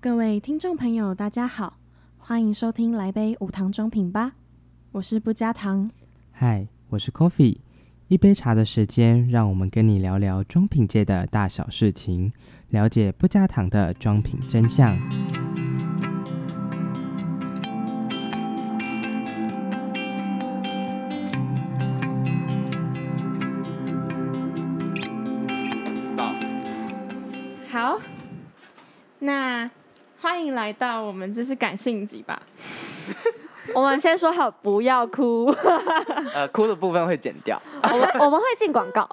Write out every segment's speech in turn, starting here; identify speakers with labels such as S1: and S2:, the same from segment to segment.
S1: 各位听众朋友，大家好，欢迎收听《来杯无糖中品》吧，我是不加糖。
S2: 嗨，我是 Coffee，一杯茶的时间，让我们跟你聊聊装品界的大小事情，了解不加糖的装品真相。
S1: 好，那欢迎来到我们这是感性集吧？
S3: 我们先说好不要哭，
S4: 呃，哭的部分会剪掉。
S3: 我们我们会进广告。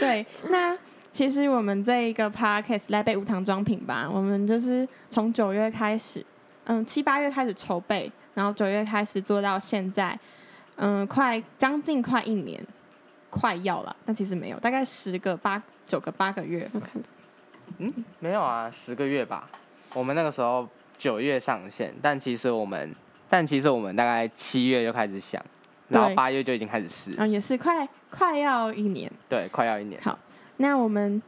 S1: 对，那其实我们这一个 podcast 来杯无糖装品吧，我们就是从九月开始，嗯，七八月开始筹备，然后九月开始做到现在，嗯，快将近快一年，快要了，但其实没有，大概十个八九个八个月，
S4: 嗯，没有啊，十个月吧。我们那个时候九月上线，但其实我们，但其实我们大概七月就开始想，然后
S1: 对嗯
S4: 八月就已经开始试
S1: 然，后哦也是快快要一年。
S4: 对，快要一年。
S1: 好那我们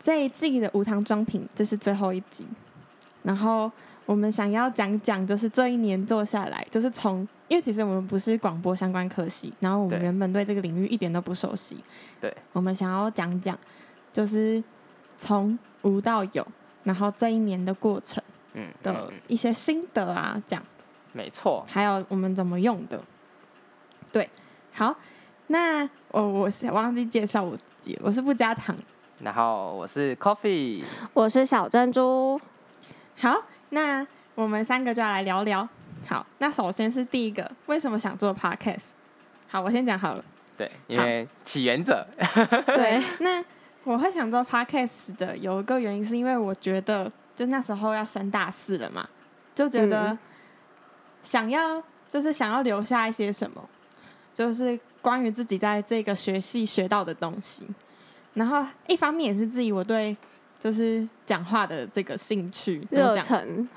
S1: 这一季的无糖装品，这是最后一集，然后我们想要讲讲，就是这一年做下来，就是从，因为其实我们不是广播相关科系，然后我们
S4: 对
S1: 原本对这个领域一点都不熟悉，
S4: 对，
S1: 我们想要讲讲，就是从无到有，然后这一年的过程
S4: 嗯，嗯
S1: 的
S4: 嗯
S1: 一些心得啊，这样。
S4: 没错。
S1: 还有我们怎么用的。对，好，那我我是忘记介绍我自己，我是不加糖。
S4: 然后我是 Coffee，
S3: 我是小珍珠，
S1: 好，那我们三个就要来聊聊。好，那首先是第一个，为什么想做 podcast？好，我先讲好哦了。
S4: 对，因为起源者，
S1: 对，那我会想做 podcast 的有一个原因，是因为我觉得，就那时候要升大四了嘛，就觉得
S3: 嗯
S1: 想要、就是想要留下一些什么，就是关于自己在这个学系学到的东西。然后一方面也是自己我对就是讲话的这个兴趣，怎么
S3: 热
S1: 讲
S3: 忱，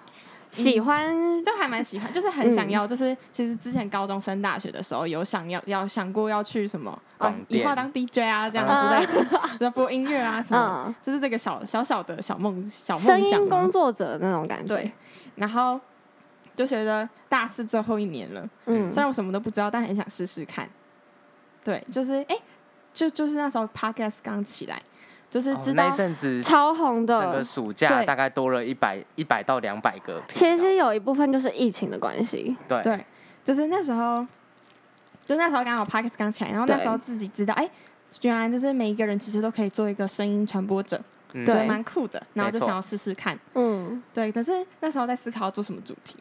S3: 喜欢
S1: 就还蛮喜欢，就是很想要，就是其实之前高中升大学的时候有想要要想过要去什么啊
S4: 广，
S1: 以
S4: 电
S1: 后当 DJ 啊这样之类的，就播音乐啊什么的
S3: 嗯，
S1: 就是这个小小小的小梦小
S3: 呃声
S1: 梦想
S3: 音
S1: 嘛
S3: 工作者的那种感觉。
S1: 对，，然后就觉得大四最后一年了，
S3: 嗯，
S1: 虽然我什么都不知道，但很想试试看。对，就是哎，就就是那时候 podcast 刚起来，就是
S4: 哦
S1: 知
S4: 那
S1: 道
S4: 一阵子
S3: 超红
S4: 整个
S3: 的。
S4: 暑
S1: 对
S4: 假大概多了一百一百到两百个频道。
S3: 其实有一部分就是疫情的关系，
S4: 对
S1: 对，就是那时候，就那时候刚好 Parkes 刚起来，然后那
S3: 对
S1: 时候自己知道，哎、原来就是每一个人其实都可以做一个声音传播者，
S4: 嗯
S1: 觉
S3: 对
S1: 得蛮酷的，然后就
S4: 没错
S1: 想要试试看。
S3: 嗯，
S1: 对，可是那时候在思考要做什么主题，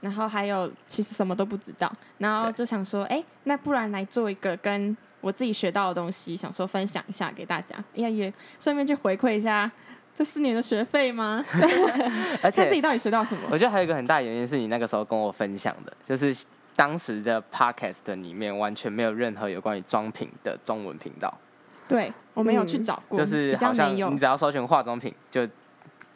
S1: 然后还有其实什么都不知道，然后
S4: 对
S1: 就想说，哎、那不然来做一个跟我自己学到的东西，想说分享一下给大家，哎呀也顺便去回馈一下这四年的学费吗？
S4: 而
S1: 看自
S4: 且
S1: 己到底学到什么。
S4: 我觉得还有一个很大原因是你那个时候跟我分享的，就是当时的 podcast 的里面完全没有任何有关于装品的中文频道，
S1: 对我没有去
S3: 嗯
S1: 找过，
S4: 就是
S1: 比较
S4: 好像
S1: 没有
S4: 你。只要搜寻化妆品就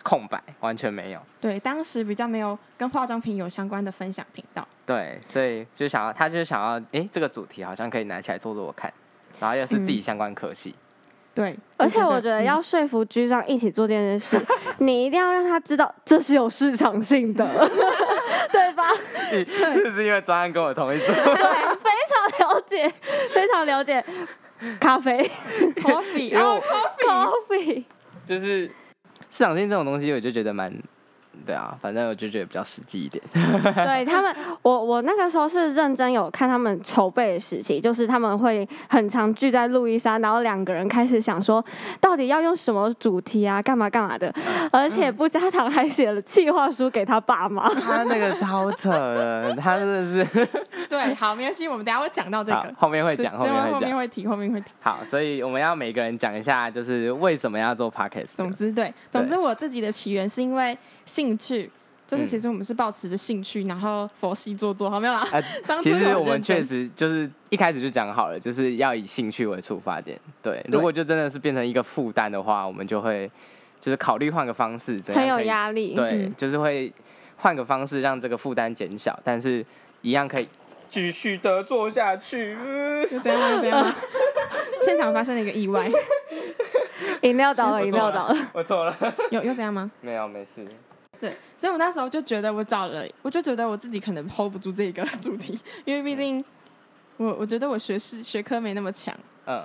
S4: 空白，完全没有。
S1: 对，当时比较没有跟化妆品有相关的分享频道。
S4: 对，所以就想要他就是想要，诶，这个主题好像可以拿起来做做看，然后又是自
S1: 嗯
S4: 己相关科系，
S1: 对，
S3: 而且我觉
S1: 嗯
S3: 得要说服局长一起做这件事， 你一定要让他知道这是有市场性 的，对吧？
S4: 就是因为专案跟我同一组，
S3: 对，非常了解，非常了解咖啡
S1: coffee，哦
S4: 因为
S1: 然后
S4: 我
S3: coffee。
S4: 就是市场性这种东西，我就觉得蛮。对啊，反正我就觉得比较实际 一点。
S3: 对他们，我我那个时候是认真有看他们筹备的时期，就是他们会很常聚在路易莎，然后两个人开始想说，到底要用什么主题啊，干嘛干嘛的。而且不加糖还写了企划书给他爸妈，
S4: 他那个超扯的，他真的是，
S1: 对，好，没关系，我们等一下会讲 到这
S4: 好
S1: 个，，
S4: 后面会
S1: 对
S4: 讲，后
S1: 这
S4: 面
S1: 后
S4: 会讲
S1: 面。会提，后面会提。
S4: 好，所以我们要每个人讲一下，就是为什么要做 podcast 这
S1: 总
S4: 个。
S1: 之，对，总之
S4: 对
S1: 我自己的起源是因为兴趣，就是
S4: 嗯
S1: 其实我们是抱持着兴趣，然后佛系做做，好没有 啦？
S4: 呃，
S1: 当初
S4: 其
S1: 有
S4: 实
S1: 很
S4: 我们
S1: 认真
S4: 确实就是一开始就讲好了，就是要以兴趣为出发点。对，如果就真的是变成一个负担的话，我们就会就是考虑换个方式，怎样
S3: 很有
S4: 啊可以
S3: 压力。
S4: 对，
S1: 嗯
S4: 就是会换个方式让这个负担减小，但是一样可以继续的做下去。
S1: 就这样，就这样。啊现场发生了一个意外，
S3: 饮料倒了，
S4: 我
S3: 饮
S4: 错
S3: 料倒了。
S4: 了，我错了，
S1: 有有怎样吗？
S4: 没有，没事。
S1: 对，所以我那时候就觉得我找了，我就觉得我自己可能 hold 不住这个主题， 因为毕竟我我觉得我学士学科没那么强，
S4: 嗯，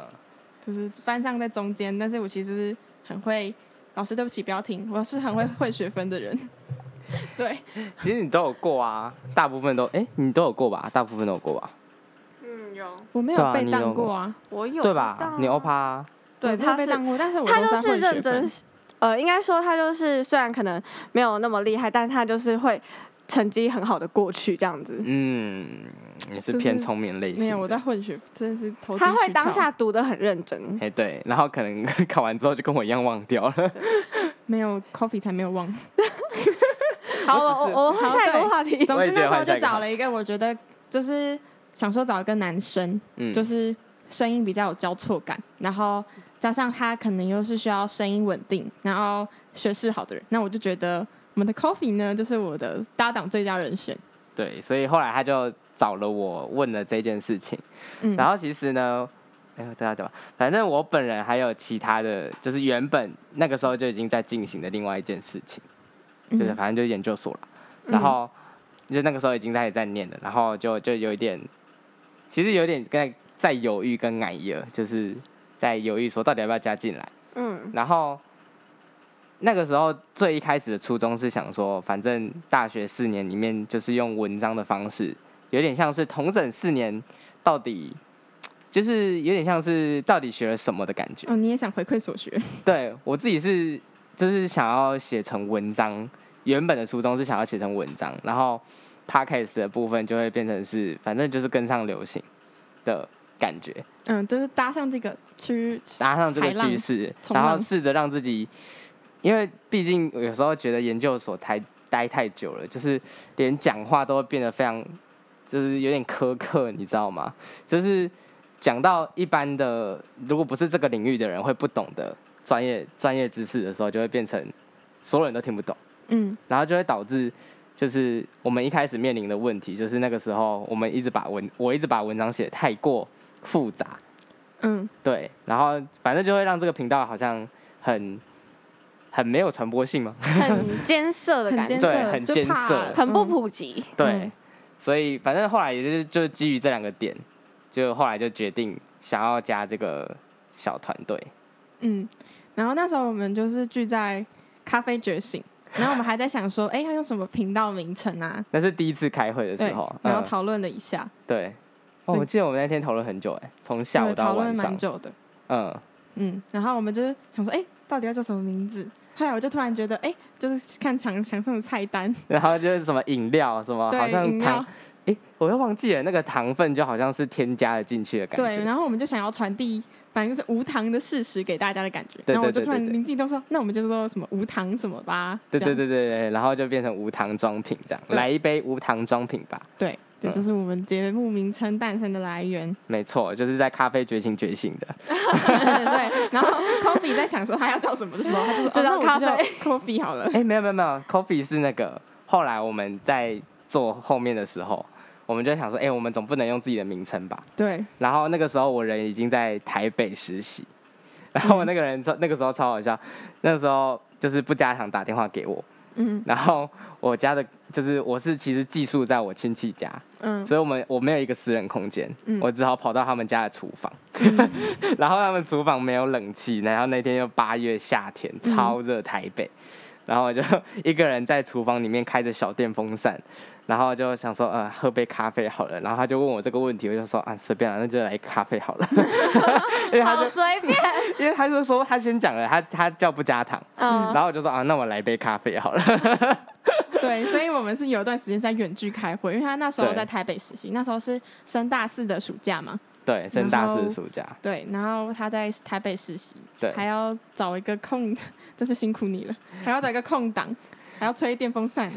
S1: 就是班上在中间，但是我其实是很会。老师，对不起，不要听，我是很会混学分的人。 对，
S4: 其实你都有过啊，大部分都哎、你都有过吧？大部分都有过吧？
S3: 嗯，有
S1: 我没
S4: 对
S1: 有
S4: 啊
S1: 被
S4: 你
S1: 当
S4: 有
S1: 过啊，
S3: 我有
S4: 对
S3: 到啊
S4: 吧？你欧趴啊、
S1: 我
S3: 对，
S1: 没有
S3: 他
S1: 被
S3: 是
S1: 当过，但是我
S3: 他
S1: 都
S3: 就
S1: 在
S3: 是
S1: 混
S3: 认
S1: 学
S3: 真
S1: 分。
S3: 是，呃，应该说他就是虽然可能没有那么厉害，但他就是会成绩很好的过去这样子。
S4: 嗯，你是
S1: 就是
S4: 偏聪明类型的。
S1: 没有，我在混学，真的是投机
S3: 他会
S1: 取
S3: 当
S1: 巧
S3: 下读的很认真，
S4: 哎、对，然后可能 考完之后就跟我一样忘掉了。
S1: 没有 coffee 才没有 忘。
S3: 好，我
S4: 我只是
S3: 我我换
S1: 好
S3: 下一个
S1: 对
S3: 话题。
S1: 总
S4: 我也
S1: 之那
S4: 觉
S1: 时
S4: 得
S1: 候
S4: 换下一
S1: 就
S4: 个
S1: 找
S4: 吧
S1: 了一个，我觉得就是想说找一个男生，
S4: 嗯，
S1: 就是声音比较有交错感，然后加上他可能又是需要声音稳定，然后学识好的人，那我就觉得我们的 coffee 呢，就是我的搭档最佳人选。
S4: 对，所以后来他就找了我问了这件事情。
S1: 嗯，
S4: 然后其实呢，哎、我知道怎么，反正我本人还有其他的，就是原本那个时候就已经在进行的另外一件事情，就是
S1: 嗯
S4: 反正就是研究所了。然后就那个时候已经开始在念了，然后就就有一点，其实有点在在犹豫跟矮耶，就是在犹豫说到底要不要加进来。
S3: 嗯，
S4: 然后那个时候最一开始的初衷是想说，反正大学四年里面就是用文章的方式，有点像是同整四年到底。就是有点像是到底学了什么的感觉，
S1: 哦，你也想回馈所学？
S4: 对我自己是就是想要写成文章，原本的初衷是想要写成文章，然后 podcast 的部分就会变成是反正就是跟上流行的感觉，
S1: 嗯，就是搭上这个趋
S4: 搭上这个
S1: 海浪
S4: 趋势，
S1: 冲
S4: 然后
S1: 浪
S4: 试着让自己，因为毕竟有时候觉得研究所待待太久了，就是连讲话都会变得非常，就是有点苛刻，你知道吗？就是讲到一般的，如果不是这个领域的人会不懂的专业专业知识的时候，就会变成所有人都听不懂，
S1: 嗯
S4: 然后就会导致。就是我们一开始面临的问题，就是那个时候我们一直把文，我一直把文章写得太过复杂，
S1: 嗯，
S4: 对，然后反正就会让这个频道好像很很没有传播 性嘛，
S3: 很艰涩的
S1: 很
S3: 感觉
S1: 艰，
S4: 对
S1: 涩，
S4: 很
S1: 就
S4: 艰
S1: 怕
S4: 涩
S3: 很不
S1: 嗯
S3: 普及。
S4: 对，
S1: 嗯
S4: 所以反正后来也就是就基于这两个点，就后来就决定想要加这个小团队，
S1: 嗯，然后那时候我们就是聚在咖啡觉醒，然后我们还在想说，哎、要用什么频道名称啊？
S4: 那是第一次开会的
S1: 对
S4: 时候，，
S1: 然后
S4: 嗯
S1: 讨论了一下，
S4: 对，哦，
S1: 对
S4: 我记得我们那天讨论很久哎，从
S1: 对，
S4: 下午到
S1: 讨
S4: 晚
S1: 论蛮
S4: 上，
S1: 久的，
S4: 嗯，
S1: 嗯，然后我们就是想说，哎、到底要叫什么名字？后来我就突然觉得，哎、就是看墙墙上的菜单，
S4: 然后就是什么饮料什么，哦好
S1: 对，饮
S4: 像糖
S1: 料，，
S4: 哎，我又忘记了那个糖分就好像是添加了进去的感
S1: 对，
S4: 觉，
S1: 然后我们就想要传递，反正就是无糖的事实给大家的感觉。
S4: 对
S1: 然后我就
S4: 对对
S1: 突然
S4: 对对
S1: 灵机一动说，那我们就说什么无糖什么吧，
S4: 对
S1: 这样
S4: 对对对对，然后就变成无糖装品这样，
S1: 对
S4: 来一杯无糖装品吧。
S1: 对，这
S4: 嗯
S1: 就是我们节目名称诞生的来源。
S4: 没错，就是在咖啡觉醒觉醒的。
S1: 对，然后 Coffee 在想说他要叫什么的时候，他就说：“
S3: 就
S1: 哦，那
S3: 叫
S1: 我
S3: 咖
S1: 就
S3: 啡
S1: 叫 Coffee 好了。
S4: 哎、没有没有没有，Coffee 是那个后来我们在做后面的时候，我们就想说，哎、我们总不能用自己的名称吧？”
S1: 对，
S4: 然后那个时候我人已经在台北实习，然后我那个人超、那个时候超好笑，那时候就是不加糖打电话给我，
S1: 嗯
S4: 然后我家的就是我是其实寄宿在我亲戚家，
S1: 嗯，
S4: 所以我们我没有一个私人空间，
S1: 嗯
S4: 我只好跑到他们家的厨房， 然后他们厨房没有冷气，然后那天又八月夏天，
S1: 嗯
S4: 超热台北，然后我就一个人在厨房里面开着小电风扇，然后就想说呃喝杯咖啡好了，然后他就问我这个问题，我就说啊随便了，那就来咖啡好 了，因为他
S3: 好
S4: 就
S3: 随便，
S4: 因为他就说他先讲了，他他叫不加糖，
S3: 嗯，
S4: 然后我就说啊那我来杯咖啡好了，
S1: 对，所以我们是有一段时间是在远距开会，因为他那时候
S4: 对
S1: 在台北实习，那时候是升大四的暑假嘛，
S4: 对，升大四
S1: 然
S4: 的
S1: 后
S4: 暑假，
S1: 对，然后他在台北实习，
S4: 对
S1: 还要找一个空， 真是辛苦你了，还要找一个空档，还要吹电风 扇，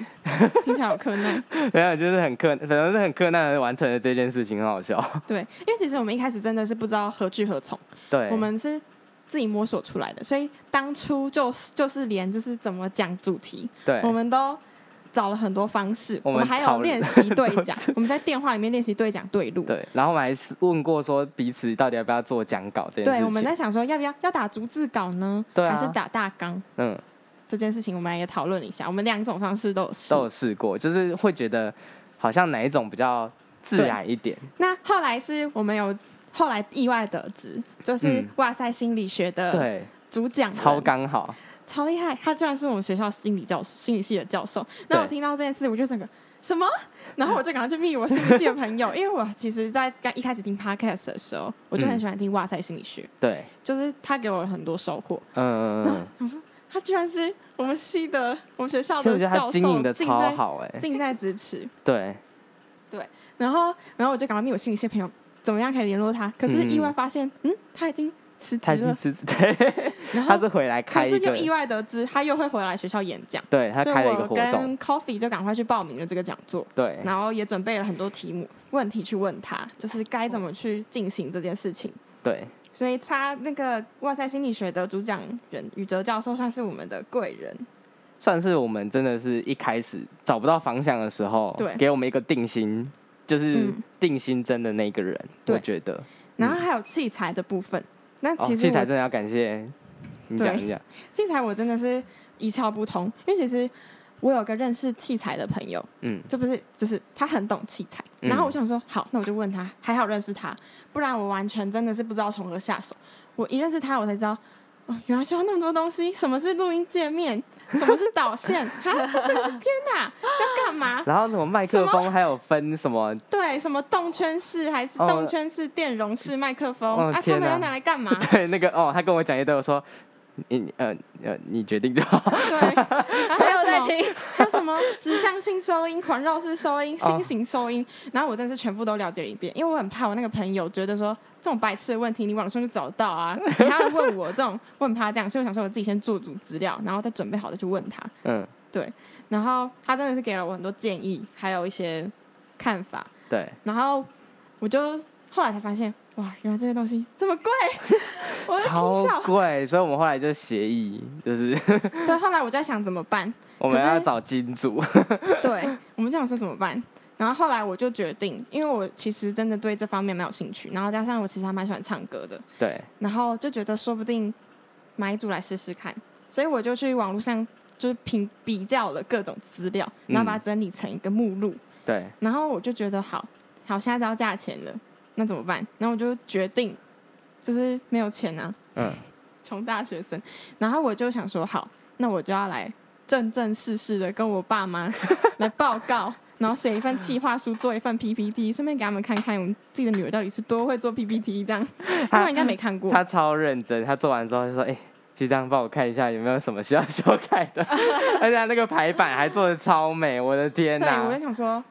S1: 听起来好困难。
S4: 没有就是很困，反正是很困难的完成了这件事情，很好笑，
S1: 对，因为其实我们一开始真的是不知道何去何从。
S4: 对，
S1: 我们是自己摸索出来的，所以当初就是就是连就是怎么讲主题，
S4: 对，
S1: 我们都找了很多方式，
S4: 我
S1: 我
S4: 们
S1: 们还
S4: 吵
S1: 有
S4: 了
S1: 练习对 讲，我们在电话里面练习对讲对路。
S4: 对，然后我们还是问过说彼此到底要不要做讲稿这件事情。
S1: 对，我们在想说要不要要打逐字稿呢，
S4: 对啊
S1: 还是打大纲？
S4: 嗯，
S1: 这件事情，我们也讨论一下。我们两种方式都有试
S4: 都。有试过，就是会觉得好像哪一种比较自然一点，
S1: 那后来是我们有后来意外得知，就是
S4: 嗯
S1: 哇塞心理学的
S4: 对，
S1: 主讲人
S4: 超刚好，
S1: 超厉害，他居然是我们学校心理教心理系的教授。那我
S4: 对
S1: 听到这件事，我就整个什 么？然后我就赶快去密我心理系的朋友，因为我其实，在刚一开始听 podcast 的时候，我就很喜欢听哇塞心理学，
S4: 对，
S1: 就是他给我了很多收获。
S4: 嗯嗯 嗯嗯，
S1: 他居然是我们系的我们学校
S4: 其实我
S1: 的
S4: 觉得他
S1: 教
S4: 经营
S1: 授，
S4: 的
S1: 近
S4: 超
S1: 在
S4: 好哎、
S1: 近在咫尺。
S4: 对，
S1: 然后，然后我就赶快密我心理系的朋友，怎么样可以联络他？可是意外发现，嗯他已经辞职
S4: 他已经
S1: 了。
S4: 辞职， 对，
S1: 然
S4: 他
S1: 后，
S4: 是回来
S1: 可
S4: 开
S1: 是
S4: 一
S1: 又
S4: 个，
S1: 意外得知，他又会回来学校演讲。
S4: 对他
S1: 所以
S4: 开了一个
S1: 我
S4: 活动，
S1: 跟 Coffee 就赶快去报名了这个讲座，
S4: 对，
S1: 然后也准备了很多题目问题去问他，就是该怎么去进行这件事情。
S4: 对，
S1: 所以他那个哇塞心理学的主讲人宇哲教授算是我们的贵人，
S4: 算是我们真的是一开始找不到方向的时候，
S1: 对
S4: 给我们一个定心，就是
S1: 嗯
S4: 定心针的那个人，
S1: 对
S4: 我觉得，
S1: 然后还有器材的部分。那
S4: 嗯 哦，
S1: 其实
S4: 器
S1: 我、
S4: 材真的要感谢你
S1: 对
S4: 讲一讲，
S1: 器材我真的是一窍不通，因为其实我有个认识器材的朋友，
S4: 嗯，
S1: 就不是就是他很懂器材，
S4: 嗯
S1: 然后我想说好，那我就问他，还好认识他，不然我完全真的是不知道从何下手。我一认识他，我才知道。哦，原来需要那么多东西，什么是录音界面， 什么是导线， 哈，这个是接纳，要干 嘛？
S4: 然后什么麦克风还有分什么，
S1: 对，什么动圈式还是
S4: 哦
S1: 动圈式电容式麦克风、
S4: 哦
S1: 啊？他
S4: 天
S1: 们要
S4: 哪
S1: 拿来 干嘛？
S4: 对，那个哦，他跟我讲一堆，我说你呃呃，你决定就好，
S1: 对，然后还
S3: 没
S1: 有
S3: 有
S1: 什
S3: 在
S1: 么
S3: 听，
S1: 还有什么指向性收音、环绕式收
S4: 哦
S1: 音、新型收音，然后我真的是全部都了解了一遍，因为我很怕我那个朋友觉得说这种白痴的问题你网上就找得到啊， 你还要问我这种问他这样，所以我想说我自己先做足资料，啊然后再准备好再去问他。
S4: 嗯，
S1: 然后他真的是给了我很多建议，还有一些看法，
S4: 对，
S1: 然后我就后来才发现，哇，原来这些东西这么贵， 我就
S4: 超
S1: 听笑。
S4: 贵，所以我们后来就协议，就是
S1: 对，后来我就在想怎么办，
S4: 我们
S1: 可是
S4: 要找金主，
S1: 对，我们就想说怎么办。然后后来我就决定，因为我其实真的对这方面蛮有兴趣，然后加上我其实还蛮喜欢唱歌的，
S4: 对，
S1: 然后就觉得说不定买一组来试试看，所以我就去网络上就是评比较了各种资料，然后把它整理成一个目录，
S4: 对，
S1: 然后我就觉得好，好，现在知道价钱了，那怎么办？然后我就决定，就是没有钱啊，
S4: 嗯，
S1: 穷大学生。然后我就想说，好，那我就要来正正式式的跟我爸妈 来报告，然后写一份企划书，做一份 PPT，顺便给他们看看我们自己的女儿到底是多会做 PPT 这样。他们应该没看过，
S4: 他超认真，他做完之后就说，哎、局长帮我看一下有没有什么需要修改的， 而且他那个排版还做的超美，我的天
S1: 对，
S4: 哪、
S1: 我就想说。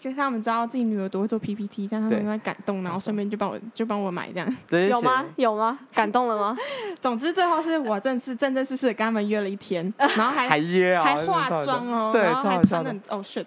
S1: 就让他们知道自己女儿多会做 PPT，这样他们
S4: 对
S1: 应该感动，然后顺便就帮我就帮我买这样。
S4: 对
S3: 有吗？？有吗？感动了 吗？
S1: 总之最后是我正式正正式式地跟他们约了一天，然后还
S4: 还约啊，
S1: 还化妆哦，
S4: 对，
S1: 然后
S4: 超
S1: 还
S4: 好笑
S1: 穿的
S4: 的，
S1: 哦 shit，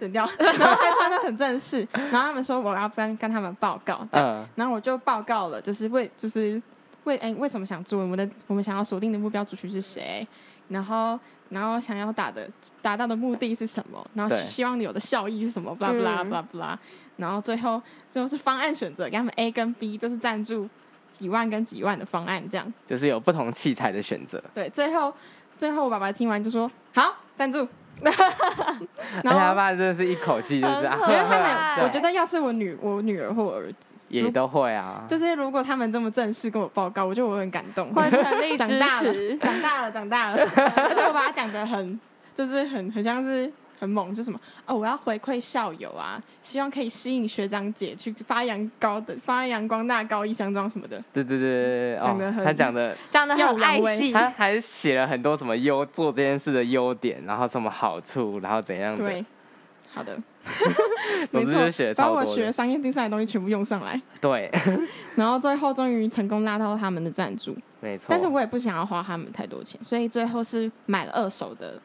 S1: 剪掉，然后还穿的很正式，然后他们说我要不然跟他们报告，这样，
S4: 嗯，
S1: 然后我就报告了，就是为就是为哎、为什么想做我们的我们想要锁定的目标族群是谁，然后然后想要达的达到的目的是什么，然后
S4: 对
S1: 希望有的效益是什么，blah blah
S3: 嗯
S1: blah blah，然后最后最后是方案选择，给他们 A 跟 B 就是赞助几万跟几万的方案这样。
S4: 就是有不同器材的选择，
S1: 对，最后最后我爸爸听完就说好赞 助，
S4: 而且他
S1: 然后
S4: 哎爸真的是一口气就是啊
S3: 很，可
S1: 因为他
S3: 爱
S1: 们，我觉得要是我女我女儿或我儿子，
S4: 也都会啊，
S1: 就是如果他们这么正式跟我报告，我觉得我会很感动。
S3: 会全力
S1: 长
S3: 支
S1: 大了，
S3: 持。
S1: 长大了，长 大了，而且我把他讲的很，就是很很像是很猛，就什么哦，我要回馈校友啊，希望可以吸引学长姐去发扬高的发扬光大高一箱装什么的，
S4: 对对对对对，
S1: 讲得
S4: 哦，
S1: 很
S4: 他讲的
S3: 讲的很爱惜，
S1: 啊
S4: 他还写了很多什么优做这件事的优点，然后什么好处，然后怎样的，
S1: 对，好的，没
S4: 嗯总之
S1: 错
S4: 就写的，
S1: 把
S4: 超
S1: 我
S4: 多
S1: 学
S4: 的。
S1: 商业竞赛的东西全部用上来。
S4: 对，
S1: 然后最后终于成功拉到他们的赞助，
S4: 没错。
S1: 但是我也不想要花他们太多钱，所以最后是买了二手的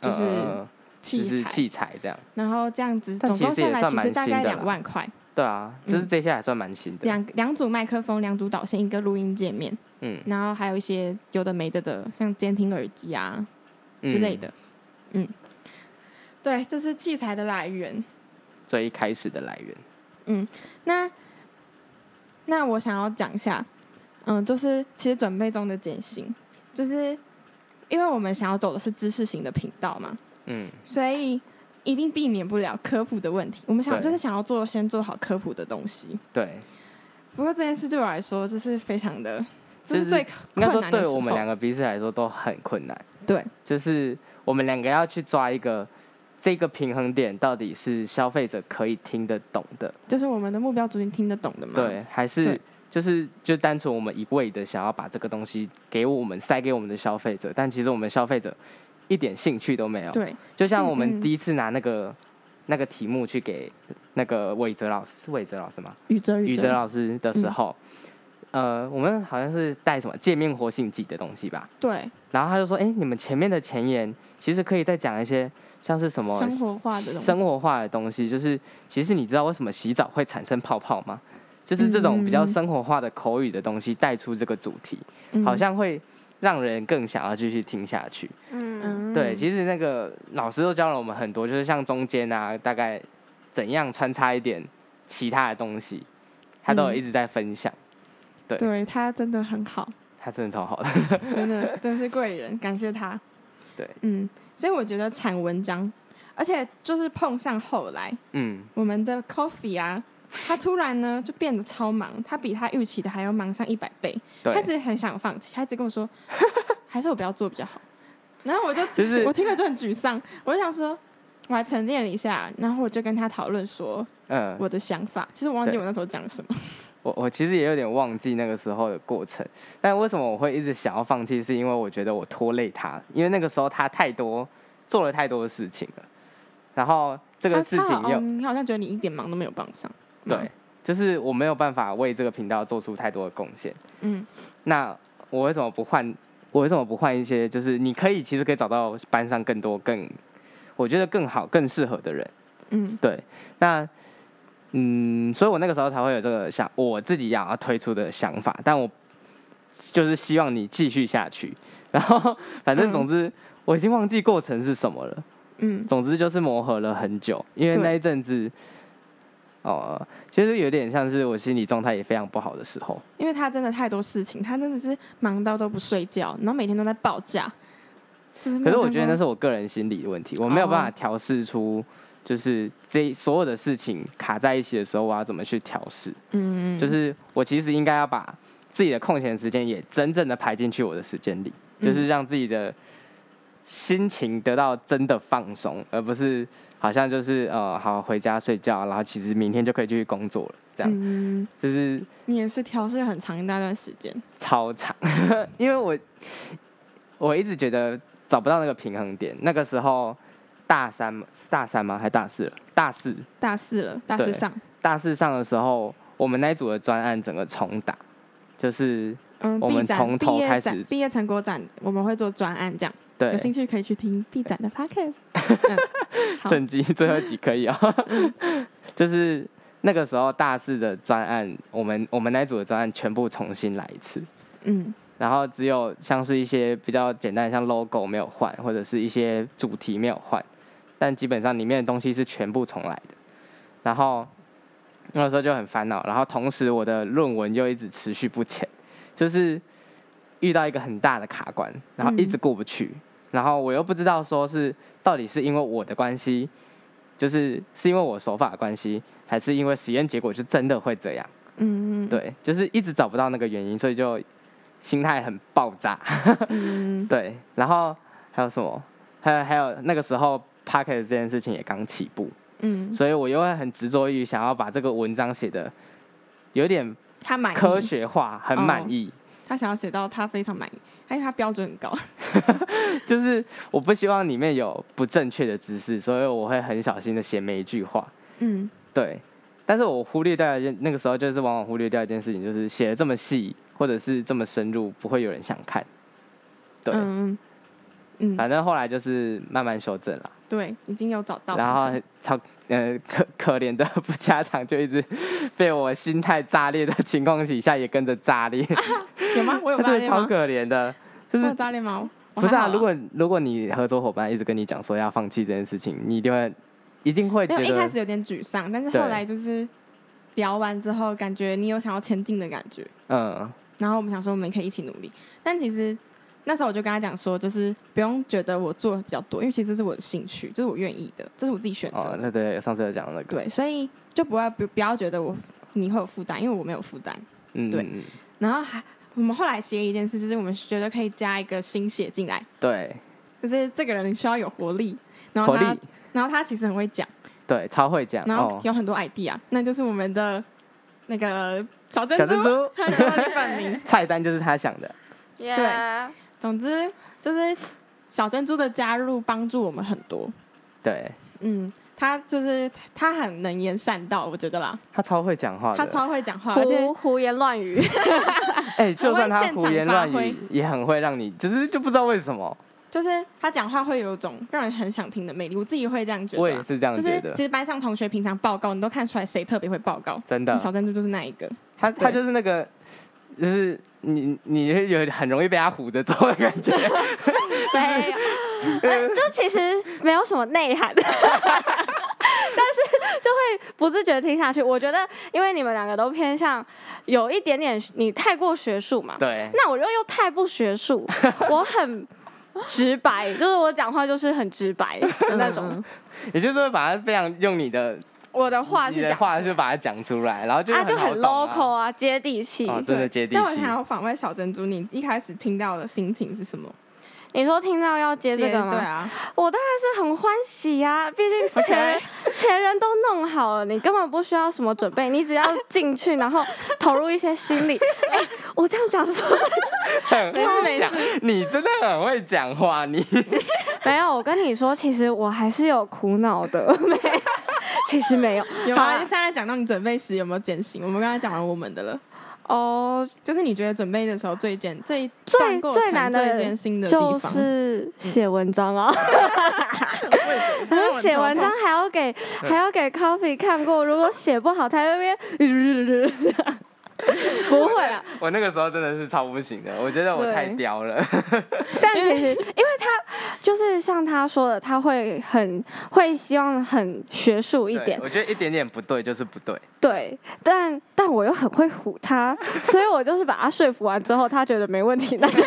S1: 就是
S4: 嗯嗯嗯就
S1: 器
S4: 是
S1: 材，
S4: 器材这样。
S1: 然后这样子
S4: 但
S1: 总
S4: 其
S1: 共
S4: 实
S1: 下
S4: 也
S1: 来
S4: 算
S1: 其实
S4: 蛮
S1: 大
S4: 新
S1: 概
S4: 的
S1: 两
S4: 啦
S1: 万块，
S4: 对啊，就是
S1: 嗯
S4: 这些还算蛮新的。
S1: 两两组麦克风、两组导线、一个录音界面，
S4: 嗯
S1: 然后还有一些有的没的的，像监听耳机啊之类。
S4: 嗯
S1: 的，嗯对，这是器材的来源。
S4: 最一开始的来源，
S1: 那那我想要讲一下，嗯，就是其实准备中的艰辛，就是因为我们想要走的是知识型的频道嘛，
S4: 嗯，
S1: 所以一定避免不了科普的问题。我们想
S4: 对
S1: 就是想要做先做好科普的东西。
S4: 对，
S1: 不过这件事对我来说就是非常的，这
S4: 就是是
S1: 最
S4: 应
S1: 困
S4: 该说
S1: 难的
S4: 对
S1: 时
S4: 我们
S1: 候
S4: 两个彼此来说都很困难，
S1: 对
S4: 就是我们两个要去抓一个这个平衡点，到底是消费者可以听得懂的，
S1: 就是我们的目标族群听得懂的嘛。
S4: 对，还是
S1: 对
S4: 就是就单纯我们一味的想要把这个东西给我们塞给我们的消费者，但其实我们消费者一点兴趣都没有。
S1: 对，
S4: 就
S1: 是
S4: 像我
S1: 嗯
S4: 们第一次拿那个、那个题目去给那个伟哲老师，是伟哲老师吗？
S1: 宇哲
S4: 宇哲老师的时
S1: 嗯
S4: 候，呃，我们好像是带什么界面活性剂的东西吧，
S1: 对
S4: 然后他就说，哎、你们前面的前言其实可以再讲一些像是什么
S1: 生活化的东西
S4: 生活化的东西，就是其实你知道为什么洗澡会产生泡泡吗？就是这种比较
S1: 嗯
S4: 生活化的口语的东西带出这个主题，
S1: 嗯
S4: 好像会让人更想要继续听下去。
S3: 嗯，
S1: 嗯
S4: 对，其实那个老师都教了我们很多，就是像中间啊，大概怎样穿插一点其他的东西，他都有
S1: 嗯
S4: 一直在分享，
S1: 对他真的很好，
S4: 他真的超好的。
S1: 真 的真是贵人，感谢他。
S4: 对，
S1: 嗯，所以我觉得产文章，而且就是碰上后来
S4: 嗯，
S1: 我们的 Coffee 啊，他突然呢就变得超忙，他比他预期的还要忙上一百倍，
S4: 对
S1: 他，只是很想放弃，他一直跟我说， 还是我不要做比较好。然后我就
S4: 就是
S1: 我听了就很沮丧，我就想说，我还沉淀了一下，然后我就跟他讨论说
S4: 嗯，
S1: 我的想法，其实我忘记
S4: 对
S1: 我那时候讲什么。
S4: 我我其实也有点忘记那个时候的过程，但为什么我会一直想要放弃，是因为我觉得我拖累他，因为那个时候他太多做了太多的事情了，然后这
S1: 这
S4: 个事情又、
S1: 哦，你好像觉嗯得你一点忙都没有帮上。
S4: 对，就是我没有办法为这个频道做出太多的贡献。
S1: 嗯，
S4: 那我为什么不换？我为什么不换一些？就是你可以其实可以找到班上更多更，我觉得更好、更适合的人。
S1: 嗯
S4: 对，那嗯，所以我那个时候才会有这个想，我自己想要推出的想法，但我就是希望你继续下去。然后，反正
S1: 嗯
S4: 总之，我已经忘记过程是什么了。
S1: 嗯
S4: 总之就是磨合了很久，因为
S1: 对
S4: 那一阵子，哦、其实有点像是我心理状态也非常不好的时候。
S1: 因为他真的太多事情，他真的是忙到都不睡觉，然后每天都在爆炸。就是没
S4: 可是
S1: 有
S4: 我
S1: 看
S4: 觉得
S1: 过
S4: 那是我个人心理的问题，我没有办法
S1: 嗯哦
S4: 调试出，就是这所有的事情卡在一起的时候，我要怎么去调试？
S1: 嗯，
S4: 就是我其实应该要把自己的空闲时间也真正的排进去我的时间里，
S1: 嗯
S4: 就是让自己的心情得到真的放松，而不是好像就是呃好回家睡觉，然后其实明天就可以继续工作了，这样、
S1: 嗯，
S4: 就是
S1: 你也是调试很长一大段时间。
S4: 超长， 因为我我一直觉得找不到那个平衡点。那个时候大三嘛，是大三吗？还大四了？大四，
S1: 大四了，大四
S4: 对
S1: 上，
S4: 大四上的时候，我们那一组的专案整个重打，就是
S1: 嗯，
S4: 我
S1: 毕
S4: 们
S1: 展
S4: 从
S1: 毕
S4: 头
S1: 业
S4: 开
S1: 展
S4: 始
S1: 毕业成果展，我们会做专案这样。
S4: 对
S1: 有兴趣可以去听 B 展的 podcast。嗯好
S4: 正绩最后几可以啊、哦，就是那个时候大四的专案，我们我们那一组的专案全部重新来一次。
S1: 嗯
S4: 然后只有像是一些比较简单的，像 logo 没有换，或者是一些主题没有换，但基本上里面的东西是全部重来的。然后那个时候就很烦恼，然后同时我的论文又一直持续不前，就是遇到一个很大的卡关，然后一直过不去，然后我又不知道说是到底是因为我的关系，就是是因为我手法的关系，还是因为实验结果就真的会这样。
S1: 嗯，嗯，
S4: 对，就是一直找不到那个原因，所以就心态很爆炸。
S1: 嗯
S4: 对，然后还有什么？还有还有那个时候 p o c k e t 这件事情也刚起步，
S1: 嗯，
S4: 所以我又会很执着于想要把这个文章写的有点
S1: 他满意，哦
S4: 科学化，很满意。
S1: 他想要写到他非常满意，而且他标准很高。
S4: 就是我不希望里面有不正确的知识，所以我会很小心的写每一句话。
S1: 嗯，
S4: 对，但是我忽略掉一件，那个时候就是往往忽略掉一件事情，就是写的这么细或者是这么深入，不会有人想看。对，
S1: 嗯嗯嗯，
S4: 反正后来就是慢慢修正了，
S1: 对，已经有找到部分。
S4: 然后超呃可 可怜的不家长就一直被我心态炸裂的情况底下也跟着炸 裂，
S1: 有吗？我有
S4: 他
S1: 炸
S4: 真的
S1: 裂
S4: 超
S1: 吗？
S4: 可怜的，就
S1: 我有
S4: 是
S1: 炸裂吗？我
S4: 不是
S1: 还
S4: 啊？
S1: 好
S4: 如果如果你合作伙伴一直跟你讲说要放弃这件事情，你一定会一定会
S1: 没
S4: 觉
S1: 有一开
S4: 得
S1: 始有点沮丧，但是
S4: 对
S1: 后来就是聊完之后，感觉你有想要前进的感觉。
S4: 嗯
S1: 然后我们想说我们可以一起努力，但其实那时候我就跟他讲说，就是不用觉得我做的比较多，因为其实这是我的兴趣，这是我愿意的，这是我自己选择
S4: 哦，
S1: 的。
S4: 对对，上次有讲到那个，
S1: 对，所以就不要不不要觉得我你会有负担，因为我没有负担。
S4: 嗯，
S1: 对
S4: 嗯
S1: 然后还我们后来协议一件事，就是我们觉得可以加一个新血进来，
S4: 对，
S1: 就是这个人需要有活力，然后
S4: 活
S1: 他
S4: 力，哦
S1: 然后他其实很会讲，
S4: 对，超会讲
S1: 然后
S4: 哦，
S1: 有很多 idea，、那就是我们的那个小珍
S4: 小
S1: 珠，
S4: 珍珠
S1: 他叫李本名。
S4: 菜单就是他想的，
S1: Yeah 总之就是小珍珠的加入帮助我们很多，
S4: 对
S1: 嗯，他就是他很能言善道，我觉得啦，
S4: 他超会讲话的，
S1: 他超会讲话，而且
S3: 胡胡言 乱语，
S4: 哎、就算他
S1: 很会现
S4: 胡
S1: 场
S4: 言
S1: 发
S4: 乱
S1: 挥
S4: 语，也很会让你，就是就不知道为什么，
S1: 就是他讲话会有一种让人很想听的魅力，我自己会这样觉
S4: 我
S1: 得
S4: 也
S1: 啦。
S4: 是这样
S1: 就
S4: 觉
S1: 是
S4: 得，
S1: 其实班上同学平常报告，你都看出来谁特别会报告，
S4: 真的，
S1: 小珍珠就是那一个。
S4: 他他
S1: 对
S4: 就是那个，就是你你会有很容易被他唬着走的感 觉，
S3: 没有，呃哎就其实没有什么内涵， 但是就会不自觉地听下去。我觉得，因为你们两个都偏向有一点点你太过学术嘛，
S4: 对，
S3: 那我又又太不学术，我很直白，就是我讲话就是很直白的那
S1: 嗯
S3: 种，
S4: 也就是会把他非常用你的
S3: 我的话
S4: 你
S3: 去
S4: 的
S3: 讲
S4: 话就把它讲出来，然后就
S3: 啊，就
S4: 很好
S3: 很
S4: 懂啊
S3: local 啊，接地气。
S4: 哦真的
S1: 对，
S4: 接地
S1: 那我
S4: 气
S1: 想 要访问小珍珠，你一开始听到的心情是什么？
S3: 你说听到要接这
S1: 对
S3: 个吗？
S1: 啊，
S3: 我当然是很欢喜呀、毕竟前人前人都弄好了，你根本不需要什么准备，你只要进去，然后投入一些心力。哎、我这样讲是 不是？
S4: 很
S1: 没事没
S4: 会讲
S1: 事，
S4: 你真的很会讲话，你
S3: 没有，我跟你说，其实我还是有苦恼的， 没，其实没有，
S1: 有
S3: 好
S1: 啊。
S3: 啊
S1: 现在讲到你准备时有没有减刑？我们刚才讲完我们的了，
S3: 哦，
S1: 就是你觉得准备的时候最艰最
S3: 最
S1: 段过程
S3: 最难的
S1: 最艰辛的
S3: 就
S1: 地方，嗯
S3: 是写文章啊。
S1: 真
S3: 然
S1: 的
S3: 后
S1: 很
S3: 写
S1: 头
S3: 文
S1: 痛
S3: 章还要给还要给 Coffee 看过，如果写不好，他在那边 不会啊，
S4: 我那个时候真的是超不行的，我觉得我
S3: 对
S4: 太刁了，
S3: 但其 实因为他就是像他说的，他会很会希望很学术一
S4: 对
S3: 点，
S4: 我觉得一点点不对就是不 对，
S3: 对，但但我又很会唬他，所以我就是把他说服完之后，他觉得没问题，那就